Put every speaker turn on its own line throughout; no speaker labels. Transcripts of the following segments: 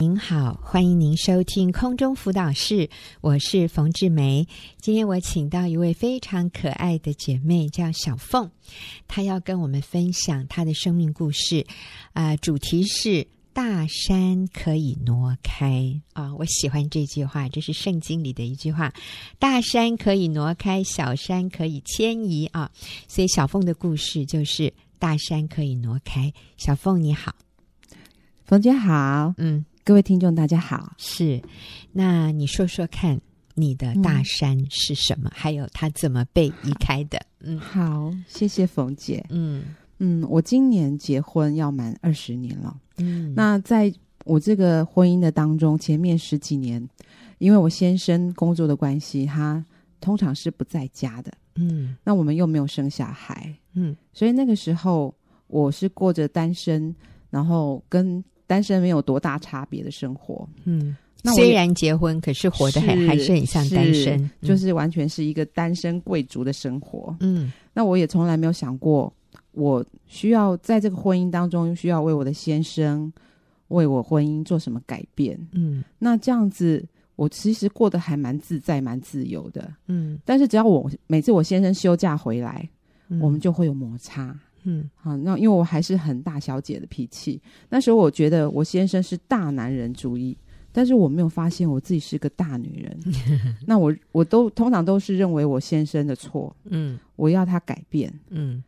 您好，欢迎您收听空中辅导室，我是冯志梅。今天我请到一位非常可爱的姐妹，叫小凤，她要跟我们分享她的生命故事。啊、主题是大山可以挪开啊、我喜欢这句话，这是圣经里的一句话：大山可以挪开，小山可以迁移啊。所以小凤的故事就是大山可以挪开。小凤你好，
冯姐好，
嗯。
各位听众大家好。
是，那你说说看，你的大山是什
嗯
么？还有它怎么被移开的？嗯
好，谢谢冯姐。
嗯
嗯，我今年结婚要满二十年了。
嗯，
那在我这个婚姻的当中，前面十几年，因为我先生工作的关系，他通常是不在家的。
嗯
那我们又没有生小孩，
嗯
所以那个时候我是过着单身，然后跟单身没有多大差别的生活。
嗯，
那我
虽
也
然结婚，可是活得很还是很像单身，嗯
就是完全是一个单身贵族的生活。
嗯
那我也从来没有想过，我需要在这个婚姻当中需要为我的先生、为我婚姻做什么改变。
嗯
那这样子，我其实过得还蛮自在、蛮自由的。
嗯，
但是只要我每次我先生休假回来，
嗯
我们就会有摩擦。
嗯
好，那因为我还是很大小姐的脾气，那时候我觉得我先生是大男人主义，但是我没有发现我自己是个大女人。那我我都通常都是认为我先生的错，
嗯
我要他改变。
嗯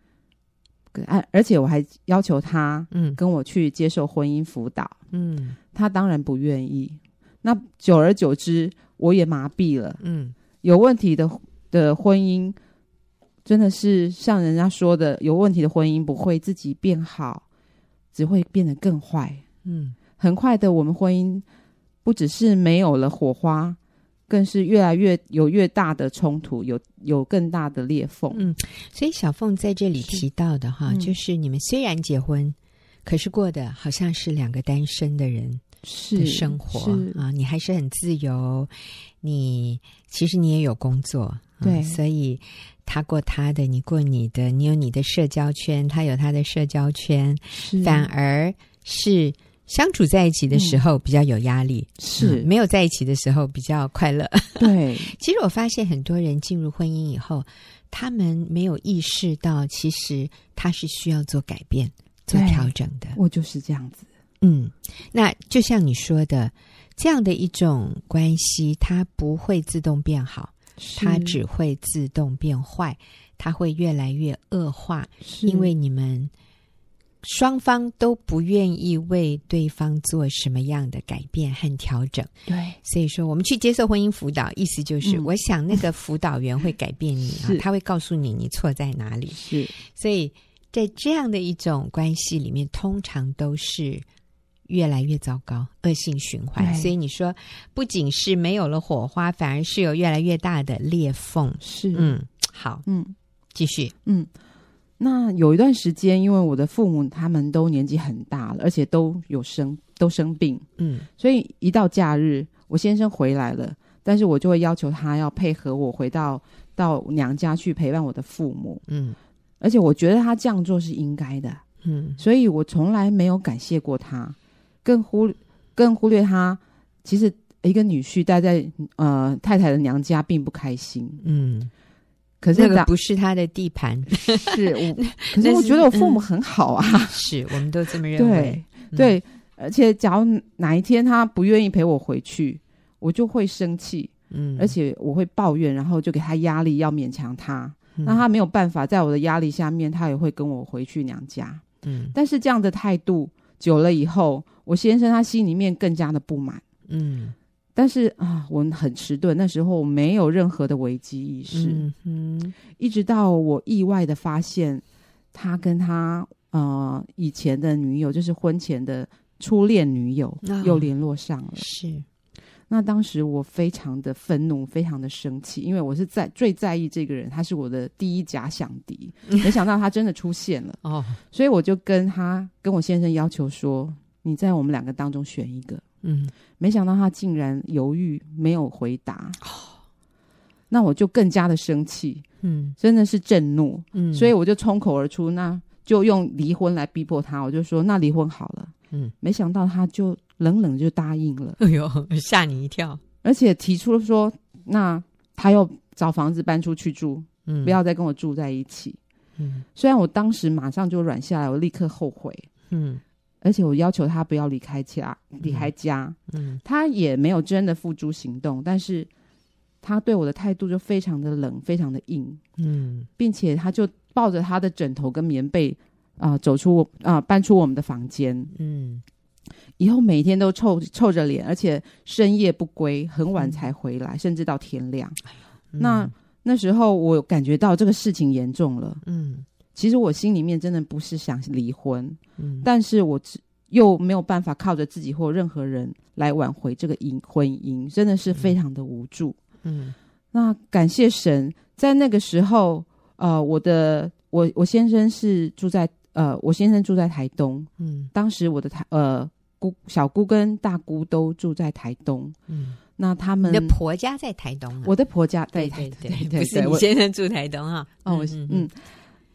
跟而哎而且我还要求他
嗯
跟我去接受婚姻辅导，
嗯
他当然不愿意。那久而久之，我也麻痹了。
嗯
有问题的的婚姻，真的是像人家说的，有问题的婚姻不会自己变好，只会变得更坏。
嗯
很快的，我们婚姻不只是没有了火花，更是越来越有越大的冲突，有有更大的裂缝。
嗯，所以小凤在这里
是
提到的哈，
嗯
就是你们虽然结婚，可是过的好像是两个单身的人，的
是
生活
是
啊，你还是很自由，你其实你也有工作，啊
对
所以他过他的，你过你的，你有你的社交圈，他有他的社交圈，
是
反而是相处在一起的时候比较有压力，
嗯是
嗯没有在一起的时候比较快乐。
对，
其实我发现很多人进入婚姻以后，他们没有意识到，其实他是需要做改变、做
对
调整的。
我就是这样子。
嗯，那就像你说的，这样的一种关系，它不会自动变好，它只会自动变坏，它会越来越恶化，
是
因为你们双方都不愿意为对方做什么样的改变和调整。
对
所以说，我们去接受婚姻辅导，意思就是，
嗯
我想那个辅导员会改变你啊
是，
他会告诉你你错在哪里。
是
所以在这样的一种关系里面，通常都是越来越糟糕，恶性循环。
对
所以你说，不仅是没有了火花，反而是有越来越大的裂缝。
是嗯
嗯，好，
嗯
继续。
那有一段时间，因为我的父母他们都年纪很大了，而且都有生都生病，
嗯
所以一到假日，我先生回来了，但是我就会要求他要配合我回到到娘家去陪伴我的父母，
嗯
而且我觉得他这样做是应该的，
嗯
所以我从来没有感谢过他，更忽更忽略他。其实一个女婿待在呃太太的娘家并不开心，
嗯，
可是
那个
当
不是他的地盘，
是我，可是
那
我
是
觉得我父母很好啊，
是嗯我们都这么认为
对。对，而且假如哪一天他不愿意陪我回去，我就会生气，
嗯，嗯
而且我会抱怨，然后就给他压力，要勉强他。
嗯
那他没有办法，在我的压力下面，他也会跟我回去娘家。
嗯
但是这样的态度久了以后，我先生他心里面更加的不满。
嗯
但是啊，我很迟钝，那时候我没有任何的危机意识。
嗯嗯
一直到我意外的发现，他跟他呃以前的女友，就是婚前的初恋女友
啊，
又联络上了。
是
那当时我非常的愤怒，非常的生气，因为我是在最在意这个人，他是我的第一假想敌。没想到他真的出现了，
哦
所以我就跟他跟我先生要求说：“你在我们两个当中选一个。”
嗯
没想到他竟然犹豫，没有回答。那我就更加的生气，
嗯
真的是震怒。
嗯，
所以我就冲口而出，那就用离婚来逼迫他。我就说，那离婚好了，
嗯，
没想到他就冷冷就答应了，
哎呦，吓你一跳，
而且提出了说，那他要找房子搬出去住，
嗯，
不，要再跟我住在一起。
嗯
虽然我当时马上就软下来，我立刻后悔，
嗯
而且我要求他不要离开家，离开家。
嗯
他也没有真的付诸行动，但是他对我的态度就非常的冷，非常的硬，
嗯
并且他就抱着他的枕头跟棉被啊、走出我啊、搬出我们的房间，
嗯
以后每天都臭臭着脸，而且深夜不归，很晚才回来，甚至到天亮。
嗯
那那时候我感觉到这个事情严重了，
嗯
其实我心里面真的不是想离婚，
嗯，
但是我只又没有办法靠着自己或任何人来挽回这个姻婚姻，真的是非常的无助。
嗯
那感谢神，在那个时候，呃，我的我我先生是住在呃，我先生住在台东，
嗯
当时我的台呃姑小姑跟大姑都住在台东，
嗯，
那他
你
们
的婆家在台东啊？
我的婆家
对
在台
对
对
不
对
是
对
你
我
先生住台东啊？
哦，我嗯，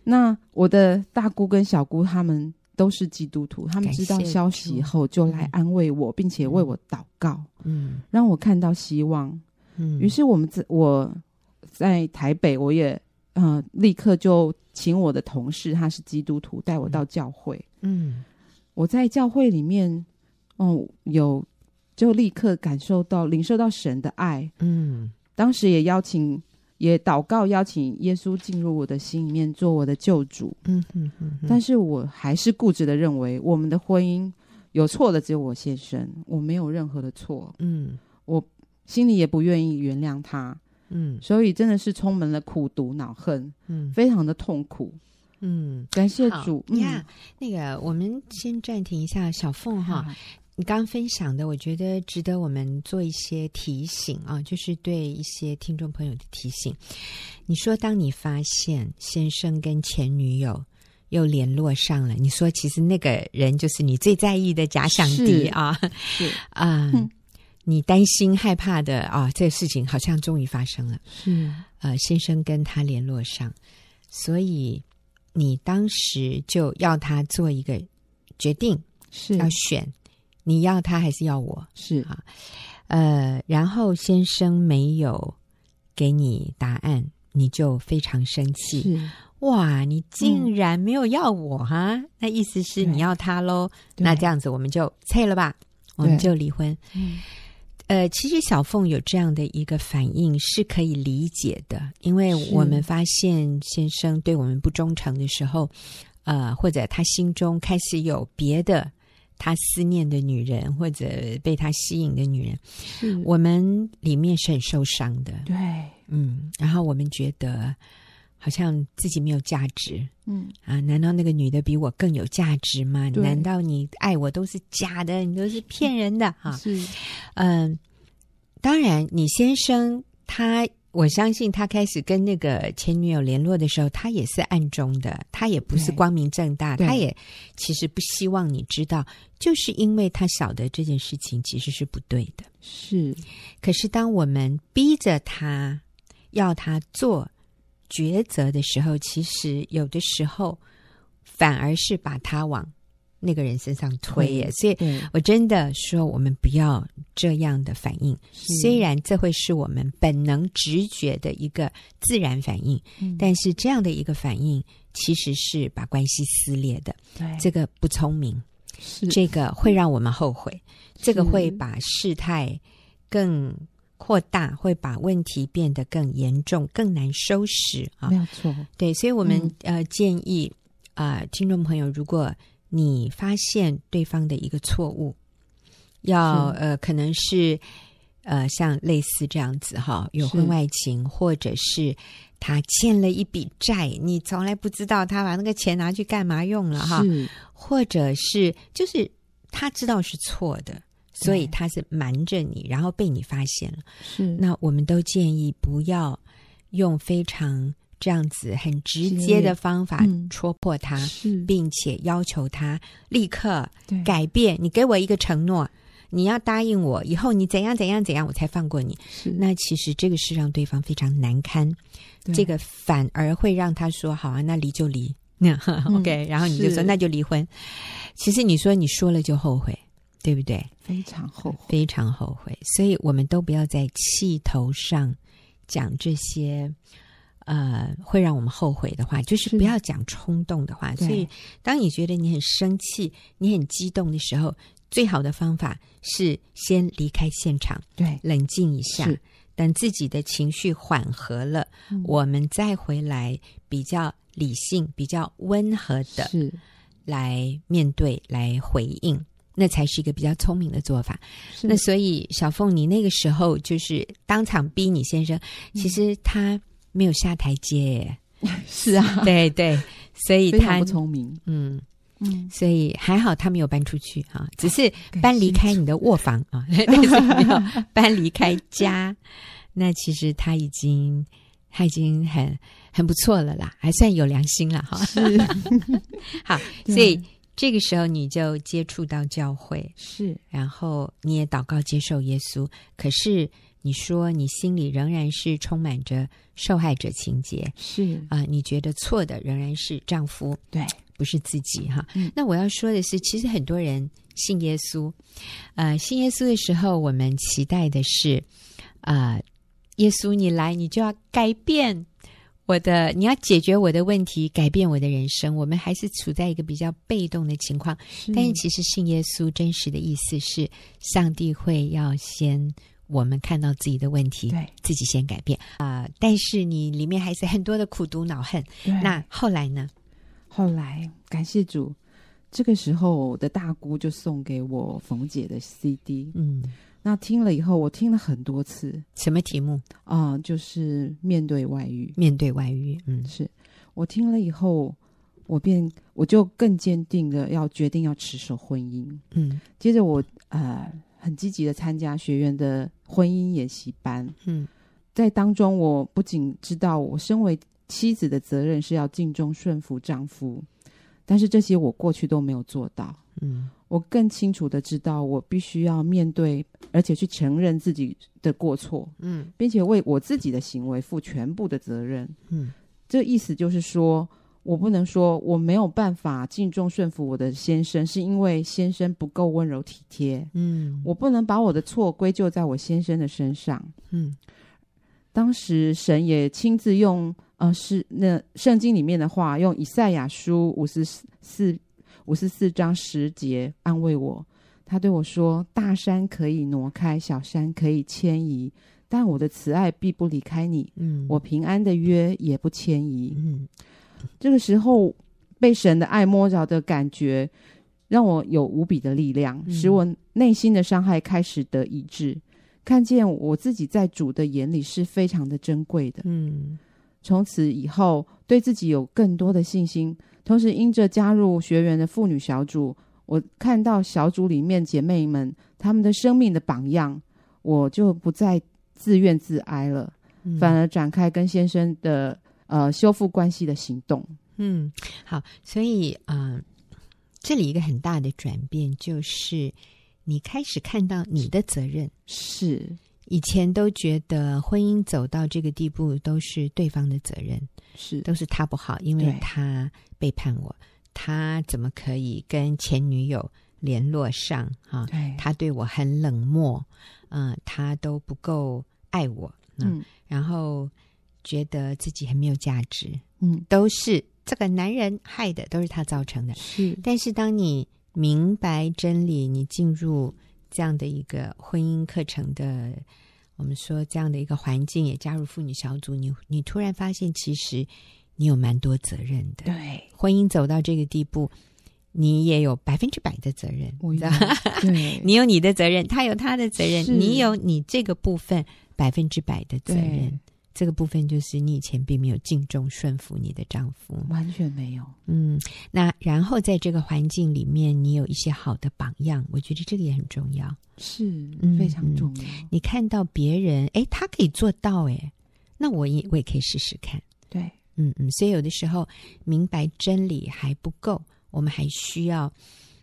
那我的大姑跟小姑他们都是基督徒，他们
感
知道
谢
消息以
主
后就来安慰我，并且为我祷告，
嗯
让我看到希望。
嗯，
于是我们在我在台北，我也呃立刻就请我的同事，他是基督徒，带我到教会。
嗯
我在教会里面，哦，有就立刻感受到领受到神的爱。
嗯
当时也邀请，也祷告邀请耶稣进入我的心里面，做我的救主。
嗯嗯嗯，
但是我还是固执的认为，我们的婚姻有错的只有我先生，我没有任何的错，
嗯
心里也不愿意原谅他，
嗯
所以真的是充满了苦毒、恼恨，
嗯
非常的痛苦。
嗯。
感谢
好
主，
呀，那个我们先暂停一下，小凤哈，
好，
你刚分享的，我觉得值得我们做一些提醒啊，就是对一些听众朋友的提醒。你说，当你发现先生跟前女友又联络上了，你说其实那个人就是你最在意的假想敌
是
啊
是
啊、
嗯
你担心害怕的啊，这个事情好像终于发生了。
是
呃，先生跟他联络上，所以你当时就要他做一个决定，
是
要选你要他啊还是要我。
是
呃，然后先生没有给你答案，你就非常生气。
是，嗯
哇，你竟然没有要我哈、那意思是
对
你要他喽？那这
样，
样子我们就拆了吧，我们就离婚。
嗯
呃，其实小凤有这样的一个反应是可以理解的，因为
是
我们发现先生对我们不忠诚的时候，呃，或者他心中开始有别的他思念的女人，或者被他吸引的女人，
是
我们里面是很受伤的，
对，
嗯，然后我们觉得好像自己没有价值
嗯，
啊？难道那个女的比我更有价值吗？
对
难道你爱我都是假的，你都是骗人 的哈？
是
嗯，当然，你先生他，我相信他开始跟那个前女友联络的时候，他也是暗中的，他也不是
对
光明正大，
对
他也其实不希望你知道，就是因为他晓得这件事情其实是不对的。
是
可是，当我们逼着他要他做抉择的时候，其实有的时候反而是把他往那个人身上推耶。
推
所以，
对，
我真的说，我们不要这样的反应。
是
虽然这会是我们本能直觉的一个自然反应，
嗯
但是这样的一个反应其实是把关系撕裂的。
对
这个不聪明，
是
这个会让我们后悔，这个
嗯是
会把事态更扩大，会把问题变得更严重、更难收拾啊
没！有错，
对，所以我们、
嗯
呃建议啊、呃听众朋友，如果你发现对方的一个错误，要
是
呃可能是呃像类似这样子哈，有
是
婚外情，或者是他欠了一笔债，你从来不知道他把那个钱拿去干嘛用了哈，
是
或者是就是他知道是错的。所以
对
他是瞒着你，然后被你发现了。
是
那我们都建议不要用非常这样子很直接的方法
嗯
戳破他，
是，
并且要求他立刻
对
改变。你给我一个承诺，你要答应我，以后你怎样怎样怎样，我才放过你。
是
那其实这个是让对方非常难堪，
对
这个反而会让他说：“好啊，那离就离。” 那 OK，、然后你就说
嗯是
那就离婚。其实你说你说了就后悔，对不对？
非常后悔。
非常后悔，所以我们都不要在气头上讲这些。呃，会让我们后悔的话，就是
是
不要讲冲动的话。
对
所以，当你觉得你很生气、你很激动的时候，最好的方法是先离开现场，
对，
冷静一下
是，
等自己的情绪缓和了，
嗯
我们再回来比较理性、比较温和的
是
来面对、来回应，那才是一个比较聪明的做法。
是
那所以，小凤，你那个时候就是当场逼你先生，
嗯
其实他没有下台阶 耶，
是啊，
对对，所以
非常
他
不聪明。
嗯，
嗯，
所以还好他没有搬出去啊，只是
感
搬离
谢
开
主
你的卧房啊， 但是没有搬离开家。那其实他已经他已经很很不错了啦，还算有良心了哈。
是
好，
对
所以这个时候你就接触到教会，
是
然后你也祷告接受耶稣，可是你说你心里仍然是充满着受害者情节
是，
啊、你觉得错的仍然是丈夫，
对，
不是自己哈。
嗯
那我要说的是，其实很多人信耶稣，呃，信耶稣的时候，我们期待的是，呃，耶稣你来，你就要改变我的，你要解决我的问题，改变我的人生。我们还是处在一个比较被动的情况，
嗯
但是其实信耶稣真实的意思是，上帝会要先我们看到自己的问题，
对
自己先改变啊、呃但是你里面还是很多的苦毒恼恨。
对。
那后来呢？
后来感谢主，这个时候我的大姑就送给我冯姐的 CD，
嗯。
那听了以后，我听了很多次
什么题目？
啊、就是面对外遇，
面对外遇，嗯
是我听了以后，我便我就更坚定的要决定要持守婚姻。
嗯
接着我呃很积极的参加学院的婚姻研习班，
嗯
在当中我不仅知道我身为妻子的责任是要尽忠顺服丈夫，但是这些我过去都没有做到。
嗯
我更清楚的知道，我必须要面对，而且去承认自己的过错，
嗯
并且为我自己的行为负全部的责任。
嗯
这意思就是说，我不能说我没有办法敬重顺服我的先生，是因为先生不够温柔体贴。
嗯
我不能把我的错归咎在我先生的身上。
嗯
当时神也亲自用呃是那圣经里面的话，用以赛亚书五十四五十四章十节安慰我。他对我说：“大山可以挪开，小山可以迁移，但我的慈爱必不离开你，
嗯
我平安的约也不迁移。
嗯
这个时候被神的爱摸着的感觉，让我有无比的力量，
嗯
使我内心的伤害开始得医治。看见我自己在主的眼里是非常的珍贵的，
嗯
从此以后对自己有更多的信心。同时，因着加入学员的妇女小组，我看到小组里面姐妹们她们的生命的榜样，我就不再自怨自哀了，
嗯
反而展开跟先生的呃修复关系的行动。
嗯好，所以嗯、呃这里一个很大的转变就是你开始看到你的责任。
是，
以前都觉得婚姻走到这个地步都是对方的责任，
是
都是他不好，因为
对
他背叛我，他怎么可以跟前女友联络上啊？
对，
他对我很冷漠，嗯、他都不够爱我，
嗯
然后觉得自己很没有价值，
嗯
都是这个男人害的，都是他造成的。
是
但嗯是当你明白真理，你进入这样的一个婚姻课程的，我们说这样的一个环境，也加入妇女小组，你你突然发现，其实你有蛮多责任的。
对，
婚姻走到这个地步，你也有百分之百的责任，
我
你知道
有对
你有你的责任，他有他的责任，
是
你有你这个部分百分之百的责任
对。
这个部分就是你以前并没有敬重顺服你的丈夫，
完全没有，
嗯，那然后在这个环境里面，你有一些好的榜样，我觉得这个也很重要。
是
嗯
非常
嗯
重要，
你看到别人，诶，他可以做到，诶，那我也我也可以试试看。
对，
嗯嗯，所以有的时候明白真理还不够，我们还需要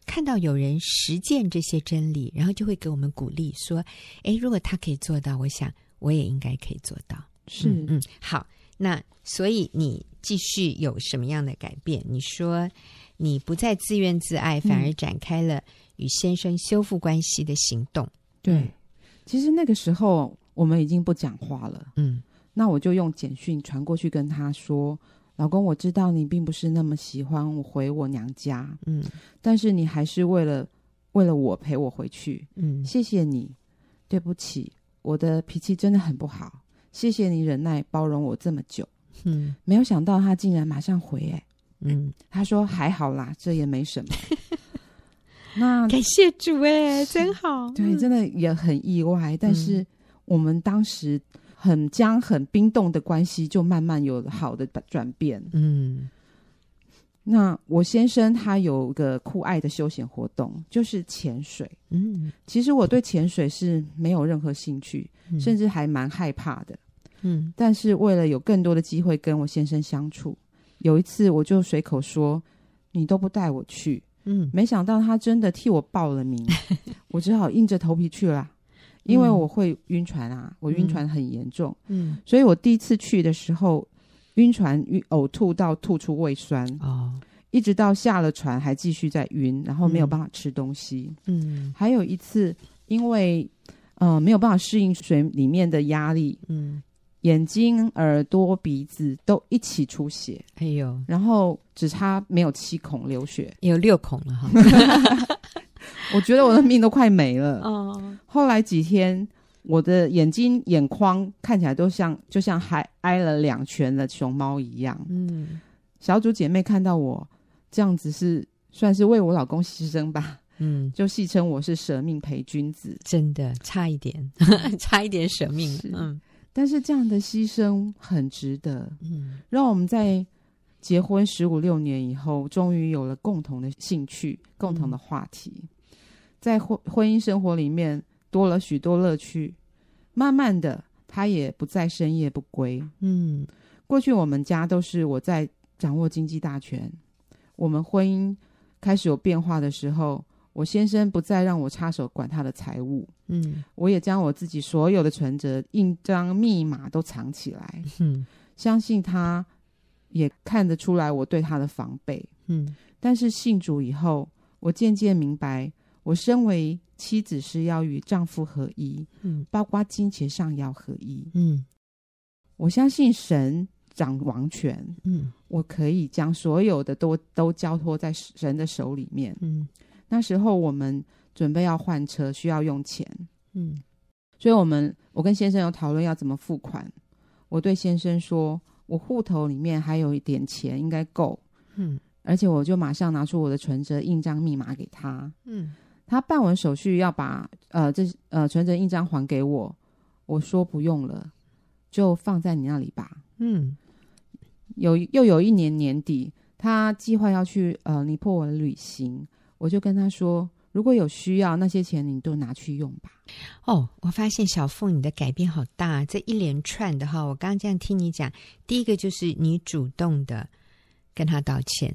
看到有人实践这些真理，然后就会给我们鼓励，说：“诶，如果他可以做到，我想我也应该可以做到。”
是
嗯嗯，好，那所以你继续有什么样的改变？你说你不再自怨自艾，反而展开了与先生修复关系的行动。
对，其实那个时候我们已经不讲话了，
嗯
那我就用简讯传过去跟他说：“老公，我知道你并不是那么喜欢我回我娘家，
嗯
但是你还是为了为了我陪我回去，
嗯
谢谢你，对不起，我的脾气真的很不好，谢谢你忍耐包容我这么久。”
嗯
没有想到他竟然马上回、欸，
嗯，
他说还好啦，这也没什么。那
感谢主哎，真好。
对，真的也很意外，但是我们当时很僵、很冰冻的关系，就慢慢有好的转变。
嗯
那我先生他有个酷爱的休闲活动，就是潜水。
嗯，
其实我对潜水是没有任何兴趣，
嗯
甚至还蛮害怕的。
嗯
但是为了有更多的机会跟我先生相处，有一次我就随口说：“你都不带我去。”
嗯
没想到他真的替我报了名，我只好硬着头皮去啦。因为我会晕船啊，我晕船很严重，
嗯
所以我第一次去的时候，晕船晕呕吐到吐出胃酸，
哦
一直到下了船还继续在晕，然后没有办法吃东西。
嗯
还有一次，因为呃没有办法适应水里面的压力，
嗯，
眼睛、耳朵、鼻子都一起出血，
哎呦，
然后只差没有七孔流血，
有六孔了哈。
我觉得我的命都快没了。
哦，
后来几天，我的眼睛眼眶看起来都像就像还挨了两拳的熊猫一样。
嗯
小组姐妹看到我这样子是算是为我老公牺牲吧，
嗯，
就戏称我是舍命陪君子。
真的差一点， 差一点舍命了
是。
嗯
但是这样的牺牲很值得，
嗯
让我们在结婚十五六年以后，终于有了共同的兴趣、共同的话题，在婚婚姻生活里面多了许多乐趣。慢慢的，他也不再深夜不归。
嗯
过去我们家都是我在掌握经济大权，我们婚姻开始有变化的时候，我先生不再让我插手管他的财务，
嗯
我也将我自己所有的存折、印章、密码都藏起来。
嗯
相信他也看得出来我对他的防备。
嗯
但是信主以后，我渐渐明白，我身为妻子是要与丈夫合一，
嗯
包括金钱上要合一。
嗯
我相信神掌王权，
嗯
我可以将所有的都都交托在神的手里面。
嗯
那时候我们准备要换车，需要用钱，
嗯
所以我们我跟先生有讨论要怎么付款。我对先生说，我户头里面还有一点钱，应该够。
嗯
而且我就马上拿出我的存折、印章、密码给他。
嗯
他办完手续要把呃这呃存折、印章还给我，我说不用了，就放在你那里吧。
嗯
有又有一年年底，他计划要去呃尼泊尔旅行，我就跟他说，如果有需要，那些钱你都拿去用吧。
哦，我发现小凤你的改变好大，这一连串的哈，我刚刚这样听你讲，第一个就是你主动的跟他道歉，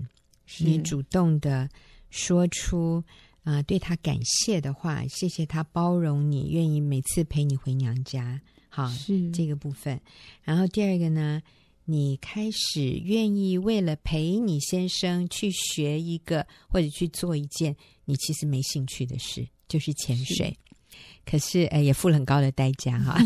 你主动的说出啊、对他感谢的话，谢谢他包容你，愿意每次陪你回娘家，好，
是
啊这个部分。然后第二个呢，你开始愿意为了陪你先生去学一个或者去做一件你其实没兴趣的事，就是潜水。可是，呃，也付了很高的代价哈。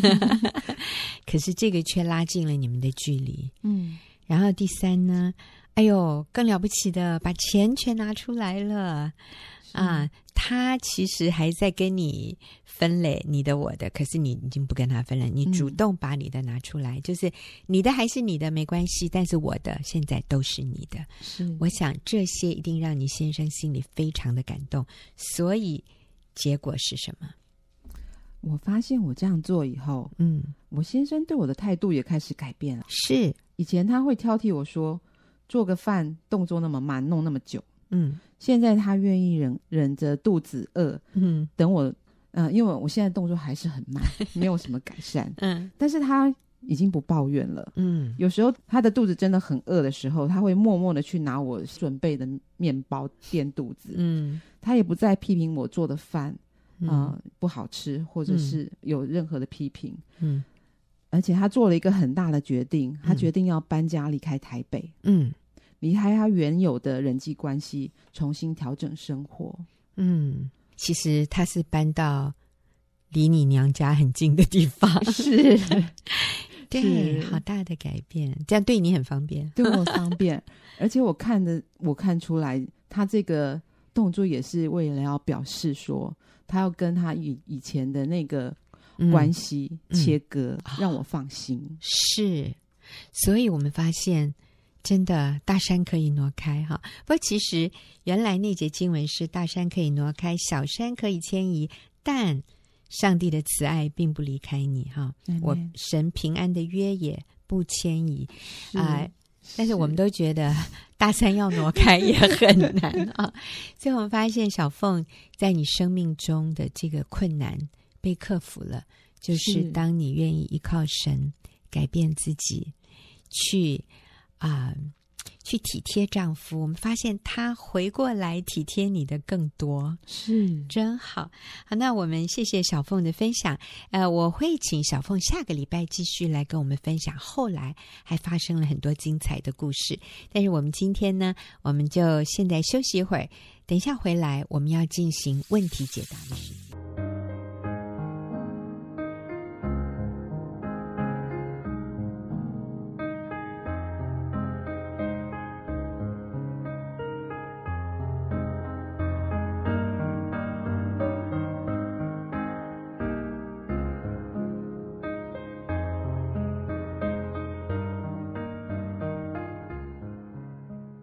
可是这个却拉近了你们的距离。
嗯
然后第三呢，哎呦，更了不起的，把钱全拿出来了啊！他其实还在跟你分类你的我的，可是你已经不跟他分了，你主
嗯
动把你的拿出来，就是你的还是你的没关系，但是我的现在都是你的。
是
我想这些一定让你先生心里非常的感动，所以结果是什么？
我发现我这样做以后，
嗯，
我先生对我的态度也开始改变了。
是，
以前他会挑剔我说，做个饭动作那么慢，弄那么久。
嗯
现在他愿意忍忍着肚子饿，
嗯
等我，嗯、因为我现在动作还是很慢，没有什么改善，
嗯
但是他已经不抱怨了。
嗯
有时候他的肚子真的很饿的时候，他会默默的去拿我准备的面包垫肚子，
嗯
他也不再批评我做的饭啊、
嗯
不好吃，或者是有任何的批评。
嗯
而且他做了一个很大的决定，他
嗯
决定要搬家离开台北，
嗯
离开他原有的人际关系，重新调整生 活。
嗯，其实他是搬到离你娘家很近的地方，
是，
对，
是
好大的改变，这样对你很方便。
对我方便，而且我看的，我看出来他这个动作也是为了要表示说，他要跟他以以前的那个
嗯
关系
嗯
切割，
啊
让我放心。
是，所以我们发现，真的大山可以挪开哈。不过其实原来那节经文是大山可以挪开，小山可以迁移，但上帝的慈爱并不离开你哈。
嗯
我神平安的约也不迁移啊、
哎，
但是我们都觉得大山要挪开也很难啊、 所以我们发现小凤在你生命中的这个困难被克服了，就是
是
当你愿意依靠神改变自己，去啊、去体贴丈夫，我们发现他回过来体贴你的更多，
是
真好。好，那我们谢谢小凤的分享。呃，我会请小凤下个礼拜继续来跟我们分享，后来还发生了很多精彩的故事。但是我们今天呢，我们就现在休息一会儿，等一下回来我们要进行问题解答的时间。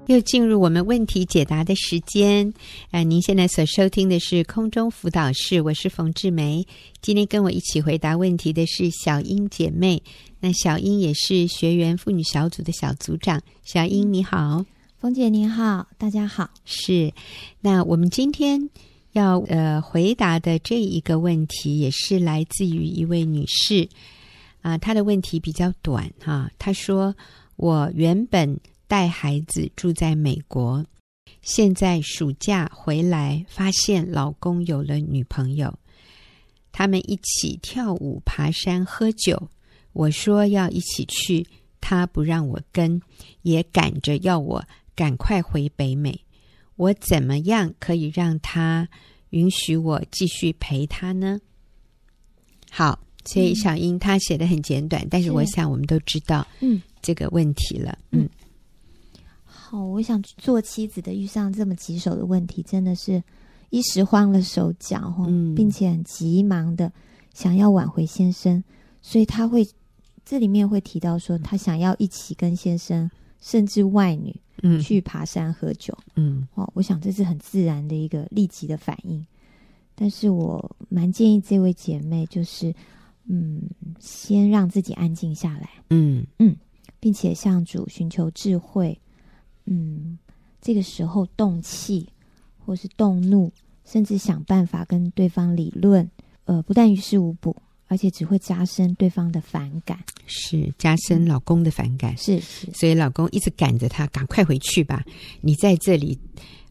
又进入我们问题解答的时间。呃，您现在所收听的是空中辅导室，我是冯志梅。今天跟我一起回答问题的是小英姐妹。那小英也是学员妇女小组的小组长。小英你好，
冯姐您好，大家好。
是。那我们今天要呃回答的这一个问题，也是来自于一位女士啊、她的问题比较短哈、她说：“我原本带孩子住在美国，现在暑假回来，发现老公有了女朋友，他们一起跳舞、爬山、喝酒。我说要一起去，他不让我跟，也赶着要我赶快回北美。”我怎么样可以让他允许我继续陪他呢？好，所以
嗯
小英她写的很简短，但是
是
我想我们都知道
嗯，
这个问题了。嗯
嗯好，我想做妻子的遇上这么棘手的问题，真的是一时慌了手脚哦，
嗯
并且很急忙的想要挽回先生，所以他会这里面会提到说，他想要一起跟先生甚至外女
嗯
去爬山喝酒。
嗯
哦，我想这是很自然的一个立即的反应。但是我蛮建议这位姐妹，就是嗯，先让自己安静下来。
嗯
并且向主寻求智慧。嗯，这个时候动气或是动怒，甚至想办法跟对方理论，呃，不但于事无补，而且只会加深对方的反感。
是加深老公的反感，
是是，
所以老公一直赶着她赶快回去吧。你在这里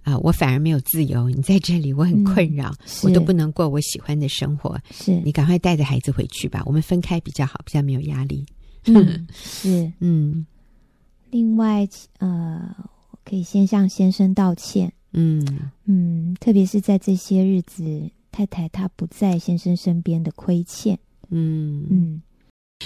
啊、我反而没有自由；你在这里，我很困扰，
嗯是
我都不能过我喜欢的生活。
是
你赶快带着孩子回去吧，我们分开比较好，比较没有压力。
嗯 是。
嗯
另外，呃，可以先向先生道歉。
嗯
嗯，特别是在这些日子，太太她不在先生身边的亏欠。
嗯嗯。
嗯，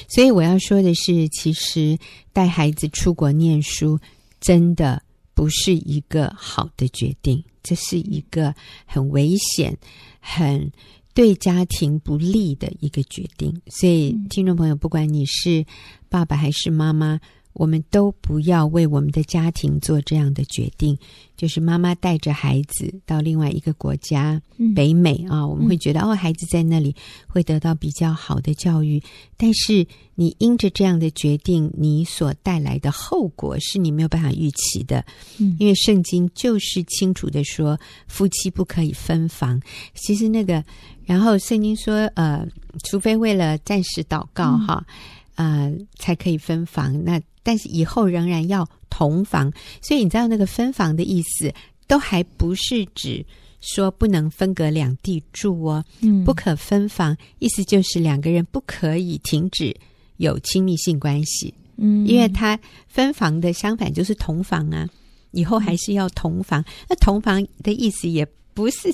所以我要说的是，其实带孩子出国念书真的不是一个好的决定，这是一个很危险、很对家庭不利的一个决定。所以
嗯，
听众朋友，不管你是爸爸还是妈妈。我们都不要为我们的家庭做这样的决定，就是妈妈带着孩子到另外一个国家，
嗯
北美啊，我们会觉得、哦，孩子在那里会得到比较好的教育。但是你因着这样的决定，你所带来的后果是你没有办法预期的，
嗯
因为圣经就是清楚的说，夫妻不可以分房。其实那个，然后圣经说，呃，除非为了暂时祷告
嗯
哈，呃，才可以分房。那但是以后仍然要同房，所以你知道那个分房的意思，都还不是指说不能分隔两地住哦，
嗯
不可分房，意思就是两个人不可以停止有亲密性关系，
嗯，
因为他分房的相反就是同房啊，以后
嗯
还是要同房。那同房的意思也不是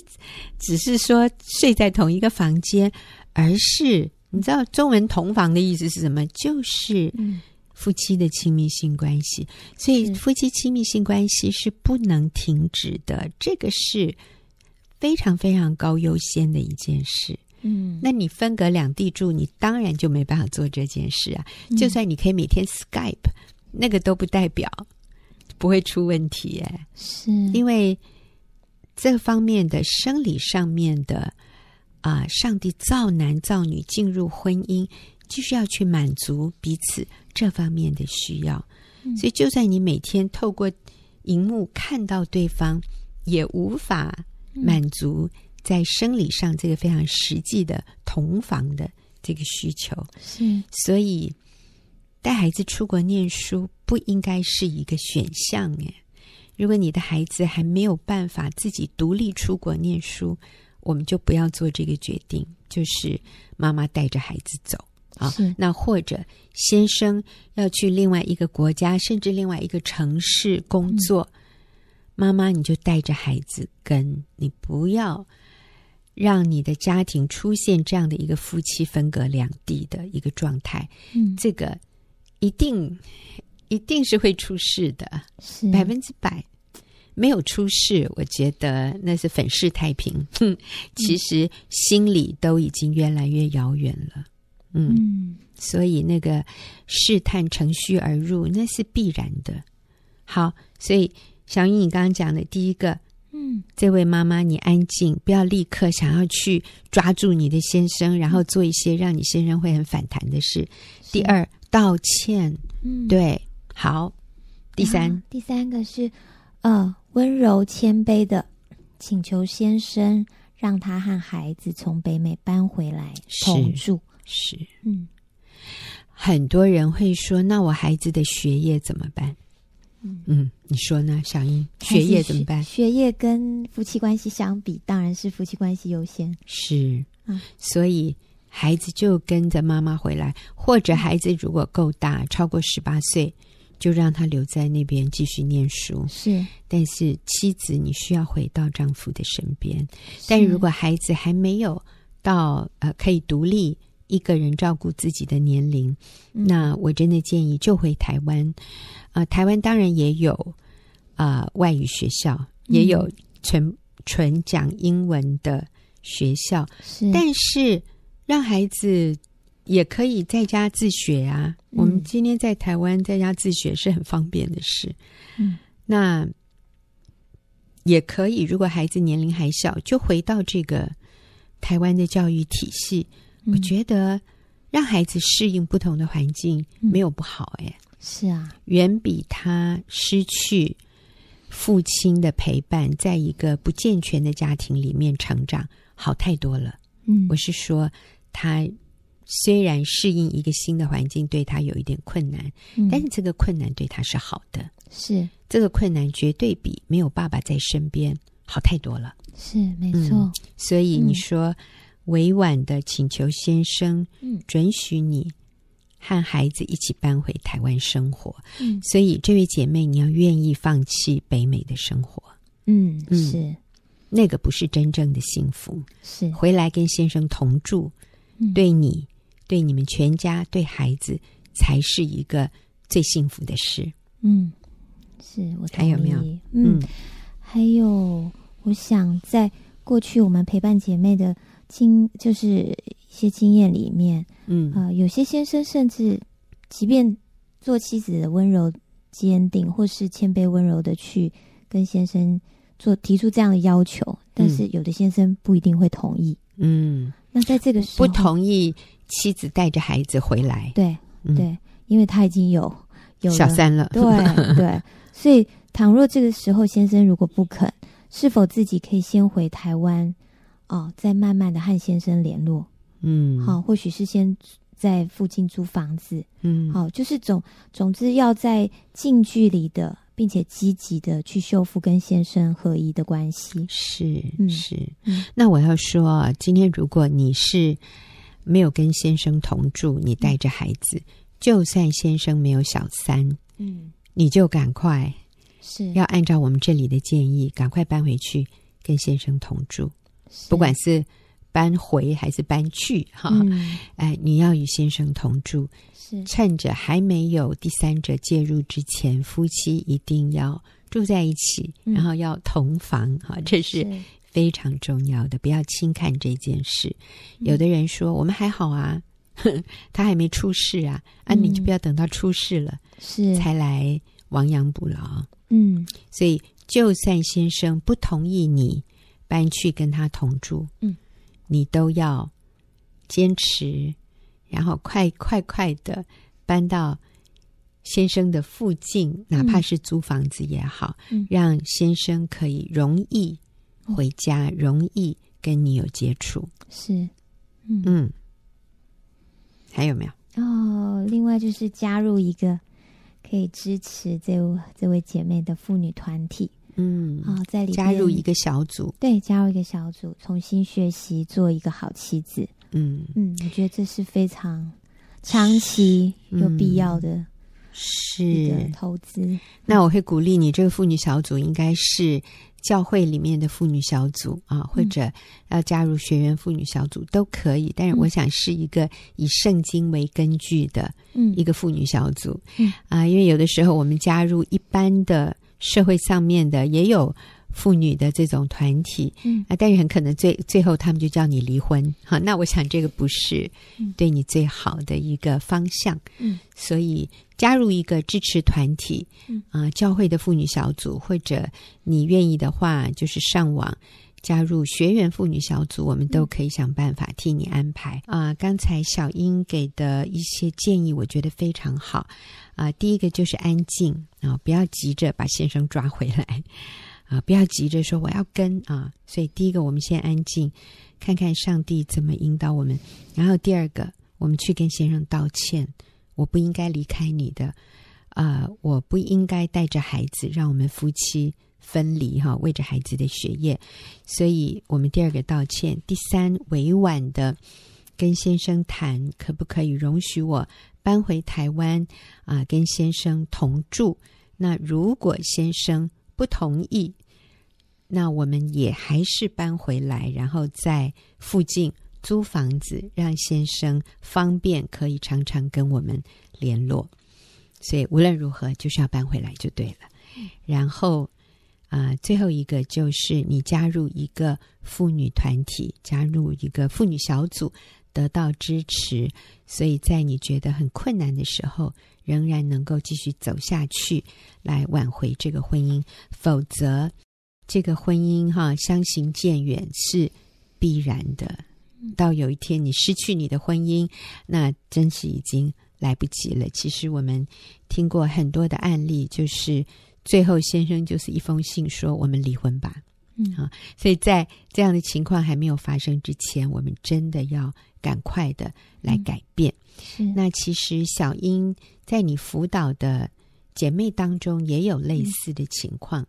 只是说睡在同一个房间，而是你知道中文“同房”的意思是什么？就是
嗯
夫妻的亲密性关系，所以
是
夫妻亲密性关系是不能停止的，这个是非常非常高优先的一件事。
嗯，
那你分隔两地住，你当然就没办法做这件事啊。
嗯
就算你可以每天 Skype，那个都不代表不会出问题耶、
是
因为这方面的生理上面的啊、上帝造男造女进入婚姻，就是要去满足彼此这方面的需要。
嗯
所以，就算你每天透过荧幕看到对方，也无法满足在生理上这个非常实际的同房的这个需求。
是
所以，带孩子出国念书不应该是一个选项诶。如果你的孩子还没有办法自己独立出国念书，我们就不要做这个决定，就是妈妈带着孩子走啊
是。
那或者先生要去另外一个国家，甚至另外一个城市工作，妈妈你就带着孩子跟，你不要让你的家庭出现这样的一个夫妻分隔两地的一个状态，
嗯
这个一定一定是会出事的，
是
百分之百。没有出事，我觉得那是粉饰太平。哼，其实心里都已经越来越遥远了。嗯
嗯
所以那个试探乘虚而入，那是必然的。好，所以小云，你刚刚讲的第一个，
嗯
这位妈妈，你安静，不要立刻想要去抓住你的先生，然后做一些让你先生会很反弹的事。第
是
二，道歉，
嗯
对，好。第三，
啊第三个是呃温柔谦卑的请求先生让他和孩子从北美搬回来
是
同住，
是
嗯
很多人会说，那我孩子的学业怎么办？嗯，你说呢，小英？学业怎么办
还？是学学业跟夫妻关系相比，当然是夫妻关系优先。
是
嗯，
所以孩子就跟着妈妈回来，或者孩子如果够大，超过十八岁，就让他留在那边继续念书。
是，
但是妻子，你需要回到丈夫的身边。但如果孩子还没有到呃可以独立一个人照顾自己的年龄，
嗯
那我真的建议就回台湾。啊、台湾当然也有啊、呃外语学校，也有
嗯
纯纯讲英文的学校，
是，
但是让孩子也可以在家自学啊。
嗯
我们今天在台湾在家自学是很方便的事。
嗯，
那也可以，如果孩子年龄还小，就回到这个台湾的教育体系。我
嗯
觉得让孩子适应不同的环境、
嗯
没有不好哎，
是啊，
远比他失去。父亲的陪伴，在一个不健全的家庭里面成长，好太多了。
嗯，
我是说，他虽然适应一个新的环境对他有一点困难，
嗯
但是这个困难对他是好的。
是
这个困难绝对比没有爸爸在身边好太多了。
是没
嗯
错，
所以你
嗯
说，委婉的请求先生
嗯
准许你和孩子一起搬回台湾生活。
嗯
所以，这位姐妹，你要愿意放弃北美的生活，
嗯
嗯
是
那个不是真正的幸福。
是
回来跟先生同住，
嗯
对你、对你们全家、对孩子，才是一个最幸福的事。
嗯是我
还有
同
没有
意嗯，还有，我想在过去我们陪伴姐妹的经，就是一些经验里面，
嗯嗯
呃，有些先生甚至即便做妻子的温柔坚定，或是谦卑温柔的去跟先生做提出这样的要求，但是有的先生不一定会同意。
嗯，
那在这个时候，
不同意妻子带着孩子回来，
对
嗯
对，因为他已经有有了
小三 了，
对对，所以倘若这个时候先生如果不肯，是否自己可以先回台湾，哦，再慢慢的和先生联络？
嗯，
好、，或许是先在附近租房子，
嗯，
好、就是总总之要在近距离的，并且积极的去修复跟先生合一的关系。
是
嗯
是
嗯。
那我要说，今天如果你是没有跟先生同住，你带着孩子，就算先生没有小三，
嗯，
你就赶快
是
要按照我们这里的建议，赶快搬回去跟先生同住，
是
不管是搬回还是搬去，哈、
嗯
哎，你要与先生同住，
是
趁着还没有第三者介入之前，夫妻一定要住在一起，
嗯
然后要同房哈，这是非常重要的，不要轻看这件事。
嗯
有的人说我们还好啊， 哼，他还没出事啊，啊，
嗯
你就不要等到出事了、
是
才来亡羊补牢。
嗯
所以，就算先生不同意你搬去跟他同住，
嗯，
你都要坚持，然后快快快的搬到先生的附近，哪怕是租房子也好，
嗯
让先生可以容易回家，容易跟你有接触。
是嗯
嗯，还有没有？
哦，另外就是加入一个可以支持这位这位姐妹的妇女团体
嗯，
啊、哦在里
加入
边
一个小组，
对加入一个小组，重新学习做一个好妻子。
嗯，
嗯，我觉得这是非常长期有必要的
嗯
一
是
个投资。
那我会鼓励你，这个妇女小组应该是教会里面的妇女小组啊，或者要加入学员妇女小组都可以。但是我想是一个以圣经为根据的
嗯
一个妇女小组
嗯
啊，因为有的时候我们加入一般的社会上面的也有。妇女的这种团体
嗯
啊，但是很可能最最后他们就叫你离婚哈、那我想这个不是
嗯
对你最好的一个方向。
嗯
所以加入一个支持团体，
嗯
啊、教会的妇女小组，或者你愿意的话，就是上网加入学员妇女小组，我们都可以想办法替你安排。啊、刚才小英给的一些建议，我觉得非常好。啊、第一个就是安静啊、不要急着把先生抓回来啊、不要急着说我要跟啊、所以第一个，我们先安静，看看上帝怎么引导我们。然后第二个，我们去跟先生道歉。我不应该离开你的，啊、我不应该带着孩子，让我们夫妻分离哈、为着孩子的学业，所以我们第二个道歉，第三委婉的跟先生谈，可不可以容许我搬回台湾啊、跟先生同住？那如果先生不同意，那我们也还是搬回来，然后在附近租房子，让先生方便可以常常跟我们联络。所以无论如何，就是要搬回来就对了。然后啊、最后一个就是你加入一个妇女团体，加入一个妇女小组，得到支持。所以在你觉得很困难的时候，仍然能够继续走下去，来挽回这个婚姻。否则，这个婚姻哈、相行渐远是必然的。到有一天你失去你的婚姻，那真是已经来不及了。其实我们听过很多的案例，就是最后先生就是一封信说我们离婚吧。
嗯
好所以在这样的情况还没有发生之前，我们真的要赶快的来改变。
是
那其实小英在你辅导的姐妹当中也有类似的情况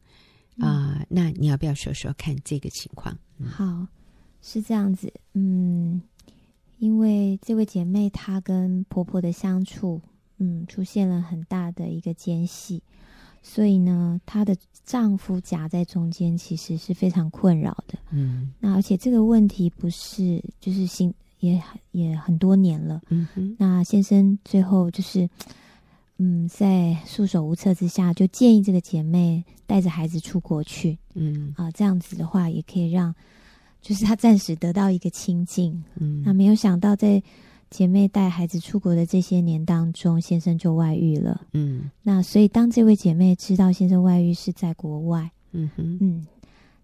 嗯
啊、那你要不要说说看这个情况？
好，是这样子，嗯，因为这位姐妹她跟婆婆的相处，嗯，出现了很大的一个间隙，所以呢，她的丈夫夹在中间，其实是非常困扰的。
嗯
那而且这个问题不是就是新也也很多年了，
嗯哼
那先生最后就是，嗯，在束手无策之下，就建议这个姐妹带着孩子出国去，
嗯
啊，这样子的话也可以让，就是她暂时得到一个清静。
嗯
那没有想到，在姐妹带孩子出国的这些年当中，先生就外遇了。
嗯
那所以，当这位姐妹知道先生外遇是在国外，
嗯哼
嗯，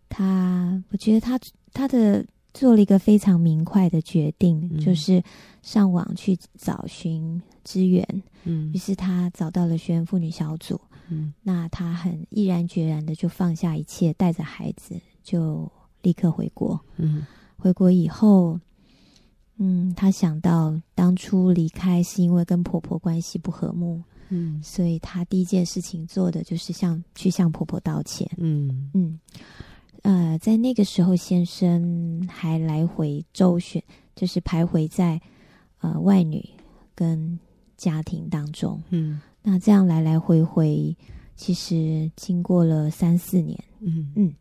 她我觉得她她的做了一个非常明快的决定，
嗯
就是上网去找寻支援。
嗯
于是她找到了学员妇女小组，
嗯
那她很毅然决然的就放下一切，带着孩子就立刻回国。
嗯
回国以后，嗯，她想到当初离开是因为跟婆婆关系不和睦，
嗯
所以她第一件事情做的就是向去向婆婆道歉。
嗯
嗯，呃，在那个时候，先生还来回周旋，就是徘徊在呃外女跟家庭当中。
嗯
那这样来来回回，其实经过了三四年，
嗯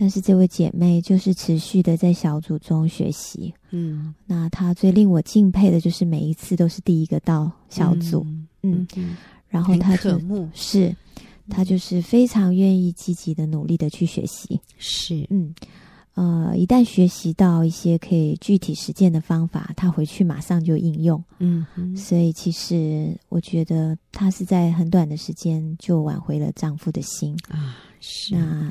但是这位姐妹就是持续的在小组中学习。
嗯，
那她最令我敬佩的就是每一次都是第一个到小组，
嗯
嗯，
嗯
然后她
很可
就
慕
是她就是非常愿意积极的努力的去学习。
是，
嗯，呃，一旦学习到一些可以具体实践的方法，她回去马上就应用。
嗯哼
所以其实我觉得她是在很短的时间就挽回了丈夫的心。
啊是，
那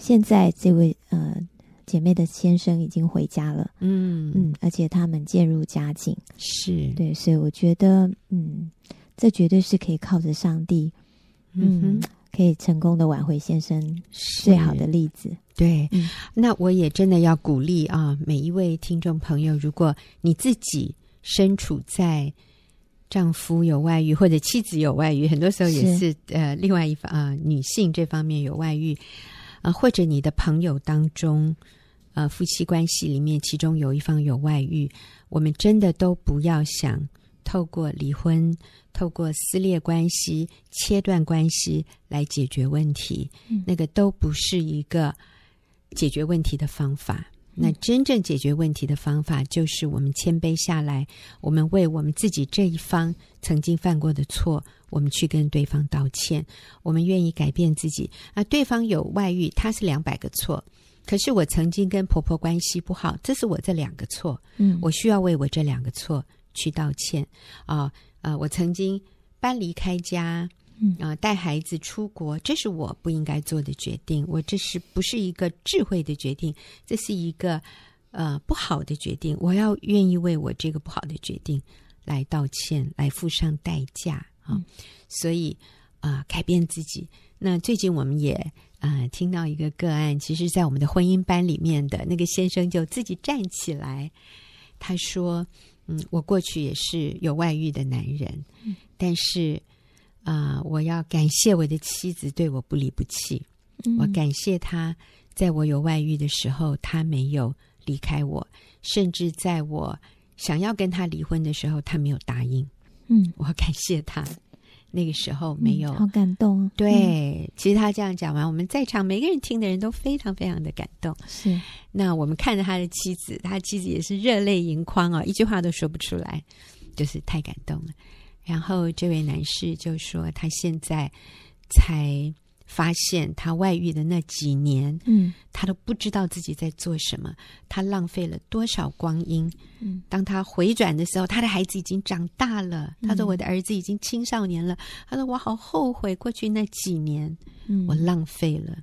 现在这位呃姐妹的先生已经回家了，
嗯
嗯，而且他们渐入佳境，
是，
对，所以我觉得，嗯，这绝对是可以靠着上帝，
嗯
嗯
哼，
可以成功的挽回先生最好的例子。
对
嗯，
那我也真的要鼓励啊，每一位听众朋友，如果你自己身处在丈夫有外遇或者妻子有外遇，很多时候也是
是
呃另外一方啊、呃女性这方面有外遇啊、呃或者你的朋友当中。呃，夫妻关系里面，其中有一方有外遇，我们真的都不要想透过离婚、透过撕裂关系、切断关系来解决问题，
嗯
那个都不是一个解决问题的方法。那真正解决问题的方法，就是我们谦卑下来，我们为我们自己这一方曾经犯过的错，我们去跟对方道歉，我们愿意改变自己。啊，对方有外遇，他是两百个错，可是我曾经跟婆婆关系不好，这是我这两个错。
嗯，
我需要为我这两个错去道歉啊啊、我曾经搬离开家，
嗯
啊、带孩子出国，这是我不应该做的决定。我这是不是一个智慧的决定？这是一个呃不好的决定。我要愿意为我这个不好的决定来道歉，来付上代价啊、
嗯
所以啊、改变自己。那最近我们也啊、听到一个个案，其实，在我们的婚姻班里面的那个先生就自己站起来，他说：“嗯，我过去也是有外遇的男人，
嗯
但是啊、我要感谢我的妻子对我不离不弃，
嗯
我感谢她，在我有外遇的时候，她没有离开我，甚至在我想要跟她离婚的时候，她没有答应，
嗯
我感谢她。”那个时候没有
嗯好感动啊，嗯，
对，其实他这样讲完，我们在场每个人听的人都非常非常的感动。
是
那我们看着他的妻子，他妻子也是热泪盈眶哦，一句话都说不出来，就是太感动了。然后这位男士就说，他现在才发现，他外遇的那几年，
嗯
他都不知道自己在做什么，他浪费了多少光阴。
嗯
当他回转的时候，他的孩子已经长大了。他说：“
嗯
我的儿子已经青少年了。他说：“我好后悔过去那几年，
嗯，
我浪费了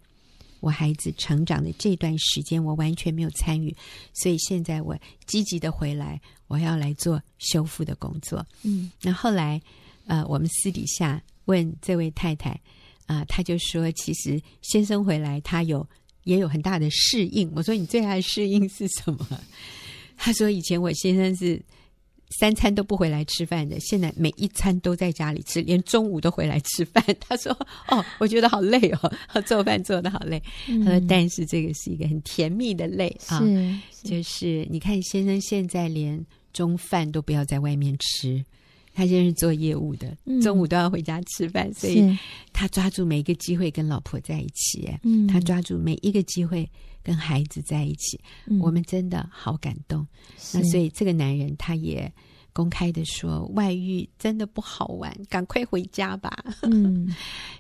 我孩子成长的这段时间，我完全没有参与，所以现在我积极的回来，我要来做修复的工作。
嗯
那后来，呃，我们私底下问这位太太，啊、她就说，其实先生回来，他有也有很大的适应。我说，你最大的适应是什么？她说，以前我先生是。三餐都不回来吃饭的，现在每一餐都在家里吃，连中午都回来吃饭。她说：“哦，我觉得好累哦， 做饭做的好累。”
嗯
她说：“但是这个是一个很甜蜜的累啊，
是是
就是你看，先生现在连中饭都不要在外面吃，他现在是做业务的，
嗯
中午都要回家吃饭，所以
是
他抓住每一个机会跟老婆在一起，哎
嗯，
他抓住每一个机会跟孩子在一起，
嗯
我们真的好感动。那
是
所以这个男人他也。公开的说，外遇真的不好玩，赶快回家吧。
嗯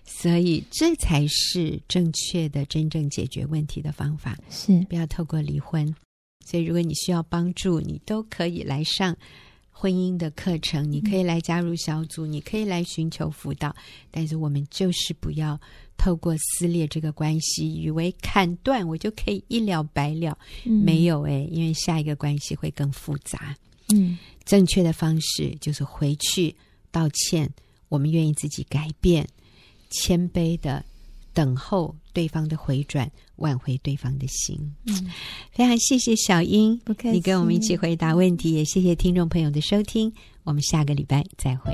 所以这才是正确的、真正解决问题的方法。
是
不要透过离婚。所以，如果你需要帮助，你都可以来上婚姻的课程，你可以来加入小组，你可以来寻求辅导。但是，我们就是不要透过撕裂这个关系，以为砍断我就可以一了百了。没有诶、因为下一个关系会更复杂。
嗯
正确的方式就是回去道歉，我们愿意自己改变，谦卑的等候对方的回转，挽回对方的心。
嗯
非常谢谢小英，
不客
你跟我们一起
气
回答问题，也谢谢听众朋友的收听，我们下个礼拜再会。